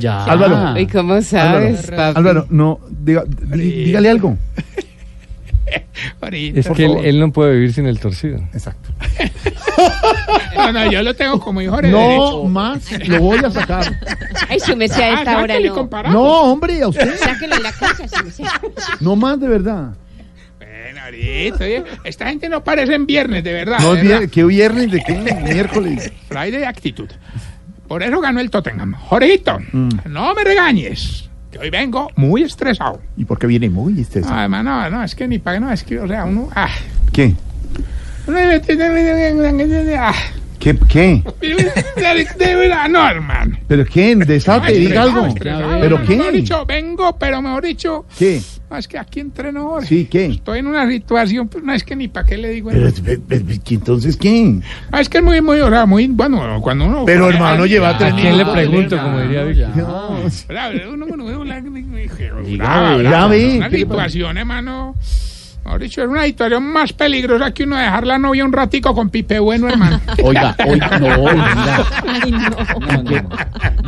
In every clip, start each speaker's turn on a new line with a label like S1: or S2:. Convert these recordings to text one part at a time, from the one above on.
S1: Ya.
S2: Álvaro.
S3: ¿Y cómo sabes, papi?
S2: Álvaro, no, diga- di- dígale algo.
S4: Ahorita.
S5: Es
S2: Por
S5: que él,
S2: favor.
S5: él no puede vivir sin el torcido.
S2: Exacto.
S4: No, no, yo lo tengo como hijo de
S2: No
S4: derecho.
S2: más, lo voy a sacar.
S6: Ay, su merced a
S4: Ah,
S6: esta hora
S4: sáquenle y
S6: no.
S4: comparamos.
S2: No, hombre, a usted.
S6: Sáquenlo en la casa, su merced.
S2: No más, de verdad.
S4: Bueno, ahorita, oye, esta gente no parece en viernes, de verdad.
S2: No,
S4: de verdad.
S2: vier- ¿Qué viernes? ¿De qué miércoles?
S4: Pero hay de actitud. Por eso ganó el Tottenham. Jorgito,
S2: Mm.
S4: no me regañes. Que hoy vengo muy estresado.
S2: ¿Y por qué viene muy este?
S4: No, además, no, no, es que ni para no, es que, o sea, uno. Ah.
S2: ¿Qué? ¿Qué? ¿Qué?
S4: Ah. No, hermano.
S2: ¿Pero qué? Desate,
S4: Ay,
S2: diga algo.
S4: estresado, estresado,
S2: ¿Pero
S4: hermano, Mejor
S2: qué?
S4: dicho, vengo, pero mejor dicho.
S2: ¿Qué?
S4: No, es que aquí entreno ahora.
S2: Sí, ¿qué?
S4: Estoy en una situación, pues, no es que ni para qué le digo.
S2: Pero, pero, pero, entonces, ¿qué?
S4: Ah, es que es muy, muy, o sea, muy, bueno, cuando uno...
S2: Pero, hermano,
S4: Ay, Ah,
S2: lleva
S4: ya.
S2: tres
S5: ¿A quién le
S2: minutos.
S5: pregunto, como diría Víctor?
S2: No, sí.
S4: Bravo, uno, uno, uno, la-
S2: Diga,
S4: brava,
S2: ve,
S4: brava,
S2: ve,
S4: Una
S2: ¿qué le pasa?
S4: situación, hermano... Ahora dicho, era una situación más peligrosa que uno dejar la novia un ratico con Pipe Bueno, hermano.
S1: Oiga, oiga, no, oiga. No, no, no.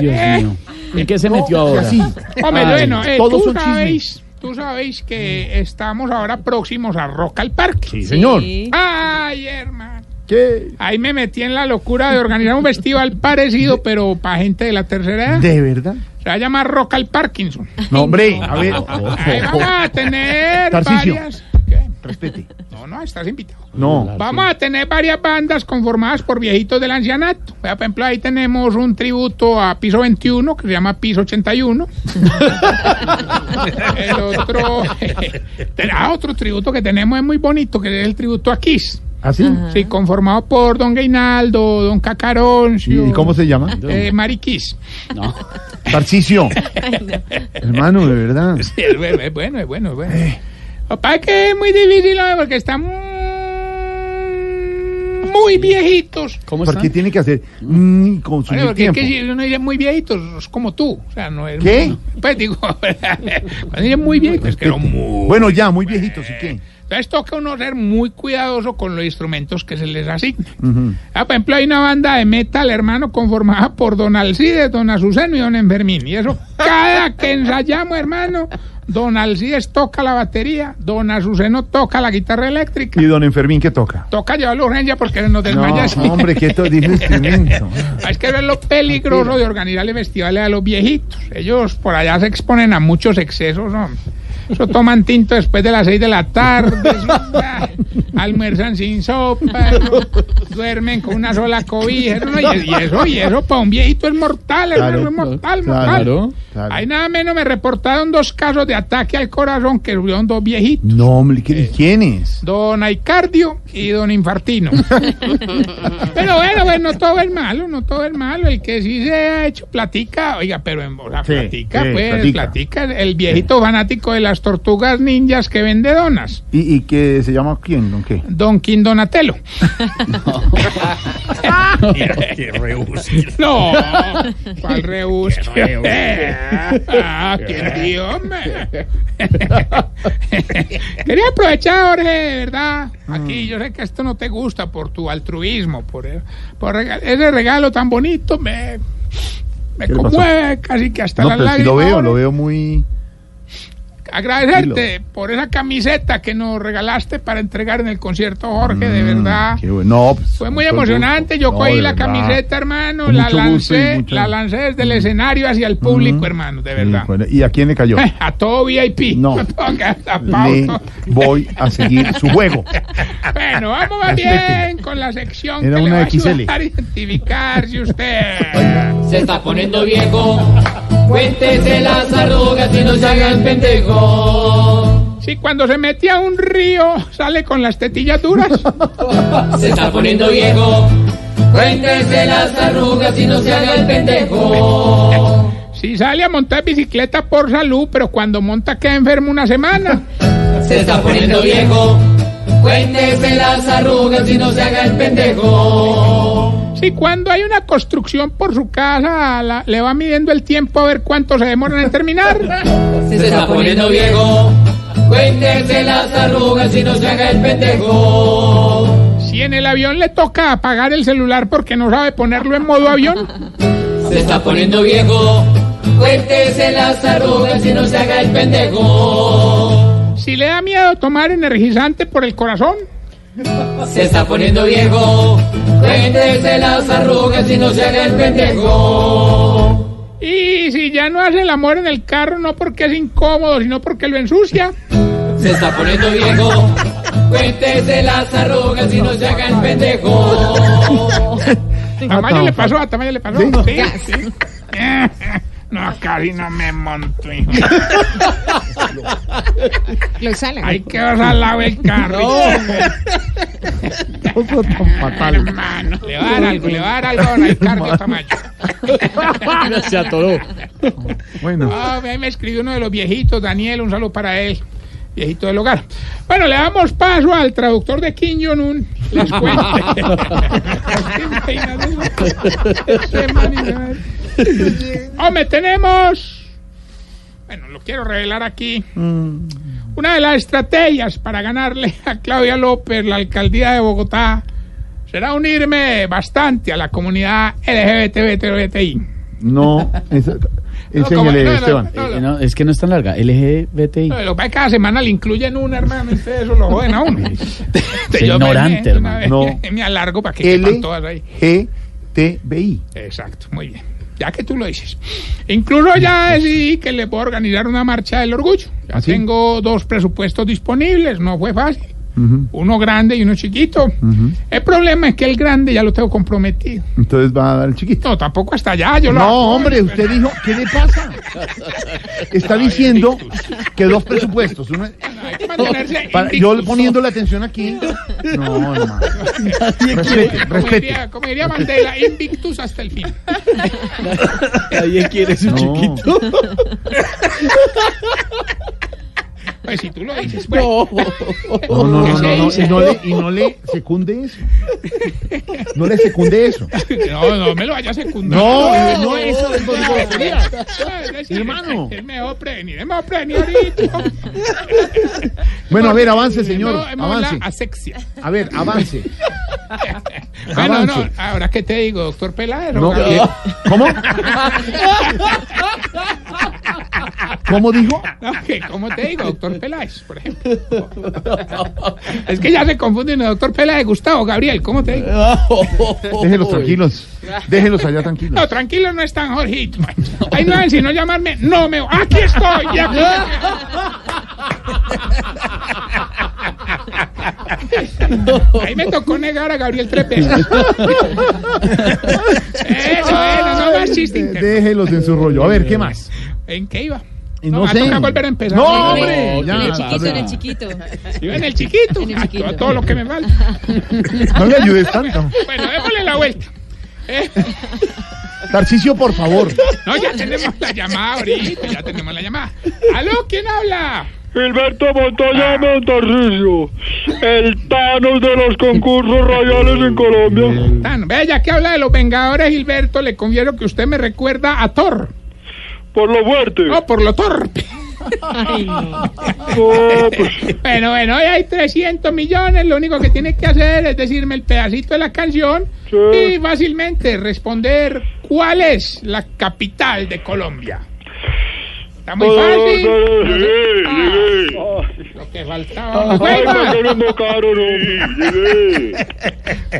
S1: Dios mío. ¿En qué se metió
S2: Y
S1: ahora?
S2: así.
S4: Hombre,
S1: Ay,
S4: bueno, eh,
S2: todos
S4: tú
S2: son
S4: sabéis, tú sabéis que estamos ahora próximos a Rock al Parque.
S2: Sí, señor.
S6: Sí.
S4: Ay, hermano.
S2: ¿Qué?
S4: Ahí me metí en la locura de organizar un festival parecido, pero para gente de la tercera edad.
S2: ¿De verdad?
S4: Se va a llamar Rock al Parkinson.
S2: No, hombre, a ver,
S4: Ahí vamos a tener
S2: Tarcisio.
S4: varias. ¿Qué?
S2: respete.
S4: No, no, estás invitado.
S2: No.
S4: Vamos a tener varias bandas conformadas por viejitos del ancianato. Vea, Por ejemplo, ahí tenemos un tributo a Piso 21, que se llama Piso 81. el otro, ah, otro tributo que tenemos es muy bonito, que es el tributo a Kiss.
S2: ¿Así?
S4: Sí, conformado por Don Gainaldo, Don Cacarón,
S2: ¿Y, y cómo se llama?
S4: eh, Mari Kiss.
S1: No.
S2: Tarcisio. Hermano, de verdad.
S4: Sí, es bueno, es bueno, es bueno. es bueno. Papá, es que es muy difícil ¿no? porque están mm, muy viejitos.
S1: ¿Cómo
S2: ¿Por
S1: está?
S2: qué tiene que hacer mm, consumir
S4: Bueno, porque es
S2: tiempo?
S4: que si uno dice muy viejitos, es como tú. O sea, no es.
S2: ¿Qué?
S4: Pues digo, cuando dice muy viejitos, es que no muy.
S2: Bueno, ya, muy viejitos, ¿y qué?
S4: Entonces toca uno ser muy cuidadoso con los instrumentos que se les asignan.
S2: Ujú.
S4: Ah, por ejemplo, hay una banda de metal, hermano, conformada por Don Alcides, Don Azuceno y Don Enfermín. Y eso, cada que ensayamos, hermano, Don Alcides toca la batería, Don Azuceno toca la guitarra eléctrica.
S2: ¿Y don Enfermín qué toca?
S4: Toca llevarlo a urgencia porque se nos desmaya así.
S2: No, hombre, que esto dice instrumento.
S4: Es que eso es lo peligroso de organizarle festivales a los viejitos. Ellos por allá se exponen a muchos excesos, ¿no? Eso toman tinto después de las 6 de la tarde, eso, ah, almuerzan sin sopa, eso, duermen con una sola cobija, eso, ¿no? y, y eso, y eso para un viejito es mortal, hermano,
S2: Claro,
S4: es mortal,
S2: claro.
S4: mortal.
S2: Claro.
S4: Ahí nada menos me reportaron dos casos de ataque al corazón que tuvieron dos viejitos.
S2: No, hombre, ¿qué-
S4: Eh.
S2: ¿y quién es?
S4: Pues, Don Aicardio y Don Infartino. pero bueno, pues no todo es malo, no todo es malo. El que sí se ha hecho platica, oiga, pero en o sea,
S2: Sí,
S4: platica,
S2: sí,
S4: pues,
S2: platica.
S4: platica. el viejito fanático de las tortugas ninjas que vende donas.
S2: ¿Y, y qué se llama quién, don qué?
S4: Don Kim Donatello. No, ¿cuál rebusque? ah, qué tío, hombre. Quería aprovechar, Jorge, de verdad.
S2: Mm.
S4: Aquí yo sé que esto no te gusta por tu altruismo, por, por rega- ese regalo tan bonito, me, me
S2: ¿Qué le pasó?
S4: conmueve casi que hasta
S2: No,
S4: las
S2: pero
S4: lágrimas.
S2: si lo veo,
S4: Jorge.
S2: lo veo muy...
S4: Agradecerte por esa camiseta que nos regalaste para entregar en el concierto, Jorge, de
S2: Mm,
S4: verdad.
S2: qué bueno. No, pues,
S4: Fue muy
S2: con todo el
S4: emocionante,
S2: gusto.
S4: yo
S2: No,
S4: cogí
S2: de
S4: la
S2: verdad.
S4: camiseta, hermano,
S2: Con
S4: la
S2: mucho gusto y
S4: lancé,
S2: mucho-
S4: la lancé desde el escenario hacia el público, hermano, de verdad.
S2: Híjole, ¿Y a quién le cayó?
S4: A todo VIP.
S2: No.
S4: A todo que- a
S2: Le
S4: Pauto.
S2: voy a seguir su juego.
S4: Bueno, vamos más
S2: Respete.
S4: bien con la sección
S2: Era
S4: que le
S2: una
S4: va a
S2: XL.
S4: ayudar a identificarse usted.
S7: se está poniendo viejo. Cuéntese las arrugas y no se hagan pendejo.
S4: Si cuando se mete a un río sale con las tetillas duras.
S7: Se está poniendo viejo. Cuéntese las arrugas y no se haga el pendejo.
S4: Si sale a montar bicicleta por salud, pero cuando monta queda enfermo una semana.
S7: Se está poniendo viejo. Cuéntese las arrugas y no se haga el pendejo.
S4: Si cuando hay una construcción por su casa la- le va midiendo el tiempo a ver cuánto se demoran en terminar.
S7: Se está poniendo viejo. Cuéntese las arrugas y no se haga el pendejo.
S4: Si en el avión le toca apagar el celular porque no sabe ponerlo en modo avión.
S7: Se está poniendo viejo. Cuéntese las arrugas y no se haga el pendejo.
S4: Si le da miedo tomar energizante por el corazón,
S7: Se está poniendo viejo. Cuéntese las arrugas y no se haga el pendejo.
S4: y si ya no hace el amor en el carro, no porque es incómodo, sino porque lo ensucia,
S7: Se está poniendo viejo. Cuéntese las arrugas y no se haga el pendejo.
S4: a Maya le pasó, a Tamayo le pasó. Sí, sí. No, casi no me monto. hijo.
S3: Lo exhalan.
S4: Hay que vas al lado el carro.
S2: Poco tan fatal.
S4: Hermano, le va a dar algo, le va a dar algo a Ricardo Tamayo.
S1: Se atoró.
S2: Bueno,
S4: Ah, ahí me escribió uno de los viejitos, Daniel, un saludo para él, viejito del hogar. Bueno, le damos paso al traductor de Kim Jong-un. Les cuento. Ese man, Hombre, tenemos... Bueno, lo quiero revelar aquí. Una de las estrategias para ganarle a Claudia López la alcaldía de Bogotá será unirme bastante a la comunidad LGBTI.
S2: no. esa- Enséñale,
S4: no, no,
S2: Esteban.
S4: no, no.
S1: eh, No, es que no es tan larga. LGBTI.
S4: No, lo que pasa es que cada semana le incluyen una, hermano, y ustedes eso lo joden a uno. Entonces, yo
S1: ignorante,
S4: me- una
S2: hermano.
S4: vez Me alargo para que quepan todas ahí.
S2: LGTBI.
S4: Exacto, muy bien. Ya que tú lo dices. Incluso ya decidí que le puedo organizar una marcha del orgullo. Ya
S2: ¿Ah, sí?
S4: tengo dos presupuestos disponibles, no fue fácil.
S2: Ujú,
S4: Uno grande y uno chiquito.
S2: ujú.
S4: El problema es que el grande ya lo tengo comprometido.
S2: Entonces va a dar el chiquito.
S4: No, tampoco hasta allá. Yo lo
S2: No,
S4: apoyo,
S2: hombre,
S4: pero-
S2: usted dijo, ¿qué le pasa? Está diciendo que dos presupuestos. uno-
S4: Hay que mantenerse
S2: para- yo
S4: indiscuso.
S2: poniendo la atención aquí. No, hermano. Respete,
S4: Como
S2: respete.
S4: diría, como diría Mandela, invictus hasta el fin.
S1: Nadie quiere su
S2: No.
S1: chiquito.
S4: Pues si tú lo dices, bueno.
S2: No, no, no, no, no, y no le, y no le secunde eso. No le secunde eso.
S4: No, no me lo vaya a secundar.
S2: No, no, eso es donde grosería.
S4: Es decir,
S2: Hermano.
S4: Es mejor prevenir, es mejor prevenir ahorita.
S2: Bueno, a ver, avance, señor.
S4: No, hemos
S2: Avance.
S4: la asexia.
S2: A ver, avance.
S4: Bueno, no,
S2: Avance.
S4: ahora qué te digo, doctor Peláez.
S2: No,
S4: Ojalá.
S2: ¿qué? ¿Cómo? ¿Cómo dijo?
S4: No, que, ¿Cómo te digo, doctor Peláez, por ejemplo? es que ya se confunden el doctor Peláez, Gustavo, Gabriel, ¿cómo te digo?
S2: Déjelos tranquilos. Déjelos allá tranquilos.
S4: No, tranquilo, no están, Jorgito. Ahí no ven, si no llamarme, no me. ¡Aquí estoy! ya aquí- Ahí me tocó negar a Gabriel Trepes. Eso es, no más chiste.
S2: De-
S4: interno.
S2: Déjelos en su rollo. A ver, ¿qué más?
S4: ¿En qué iba?
S2: Y
S4: Eh. No,
S2: No,
S4: va a
S2: sé.
S4: tocar volver a empezar.
S2: No,
S6: En
S2: hombre.
S6: el
S2: Ya, a
S6: chiquito,
S2: ver.
S6: en el chiquito.
S4: Iba en el chiquito.
S6: En el
S4: Ah,
S6: chiquito.
S4: todo- todo lo que me falta.
S2: No le ayudes tanto.
S4: Bueno, démosle la vuelta. Eh,
S2: Tarcicio, por favor.
S4: No, ya tenemos la llamada ahorita, ya tenemos la llamada. ¿Aló? ¿Quién habla?
S8: Gilberto Montoya Montarrillo, el Thanos de los concursos radiales en Colombia.
S4: Tan, vea, ya que habla de los Vengadores, Gilberto, le confiero que usted me recuerda a Thor.
S8: Por lo fuerte.
S4: No, por lo torpe.
S8: No, pues,
S4: Bueno, bueno, hoy hay 300 millones. Lo único que tiene que hacer es decirme el pedacito de la canción
S8: Sí.
S4: y fácilmente responder cuál es la capital de Colombia. Está muy
S8: no,
S4: fácil.
S8: no, no,
S4: No sé-
S8: llegué,
S4: Ah,
S8: llegué.
S4: Lo que faltaba.
S8: Ay, ¿por
S4: Weimar,
S8: qué no invocaron, hombre? Llegué.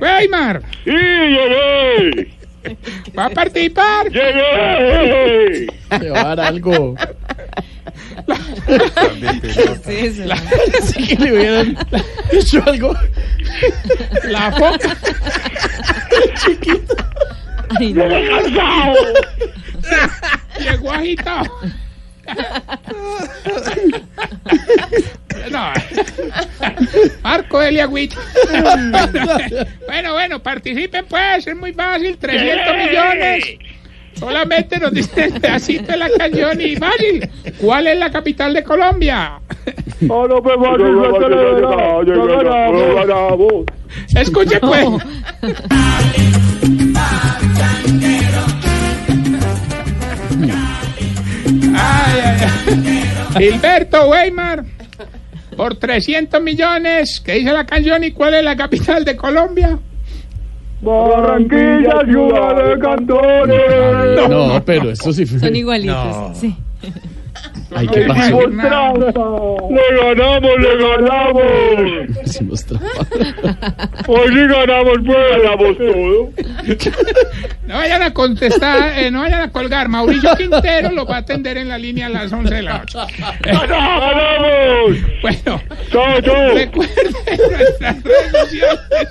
S4: Weimar,
S8: Sí, llegué.
S4: va a participar.
S8: Llegué.
S1: Llevar algo. Así que le hubieran hecho algo.
S4: La foca.
S8: Cansado.
S4: Llegó agitado. No. Marco Eli Agüita. Bueno, bueno, participen pues, es muy fácil, 300 millones. Solamente nos dicen el pedacito de la canción y fácil. ¿Cuál es la capital de Colombia?
S8: Ah, no, pues, Mario,
S9: Yo, yo,
S8: suéltale,
S9: yo, yo,
S8: no,
S9: yo, yo,
S8: no
S9: yo,
S8: ganamos.
S9: yo, yo,
S4: Escuche pues. Ay, ay, ay. Gilberto Weimar, por 300 millones, que dice la canción y cuál es la capital de Colombia.
S8: Barranquilla, ciudad de cantones.
S1: No, pero eso sí fue.
S6: Son igualitos. Sí.
S1: Ay, qué pasó.
S8: Hicimos trampa. Le ganamos, le ganamos.
S1: Hicimos trampa.
S8: Hoy sí ganamos, pues. Ganamos todo.
S4: No vayan a contestar, eh, no vayan a colgar. Mauricio Quintero lo va a atender en la línea a las 11 de la noche.
S8: ¡Ganamos!
S4: Bueno,
S8: ¡Chao, chao!
S4: recuerden nuestras redes sociales.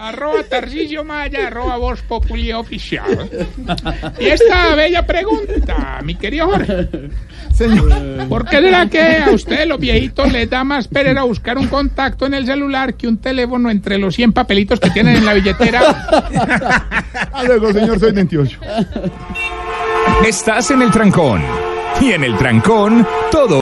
S4: Arroba Tarcisio Maya, arroba Voz Populi Oficial. Y esta bella pregunta, mi querido Jorge. Señor. ¿Por qué será que a ustedes los viejitos les da más pereza buscar un contacto en el celular que un teléfono entre los 100 papelitos que tienen en la billetera?
S2: Hasta luego, señor, soy 28.
S9: Estás en el trancón. Y en el trancón, todo.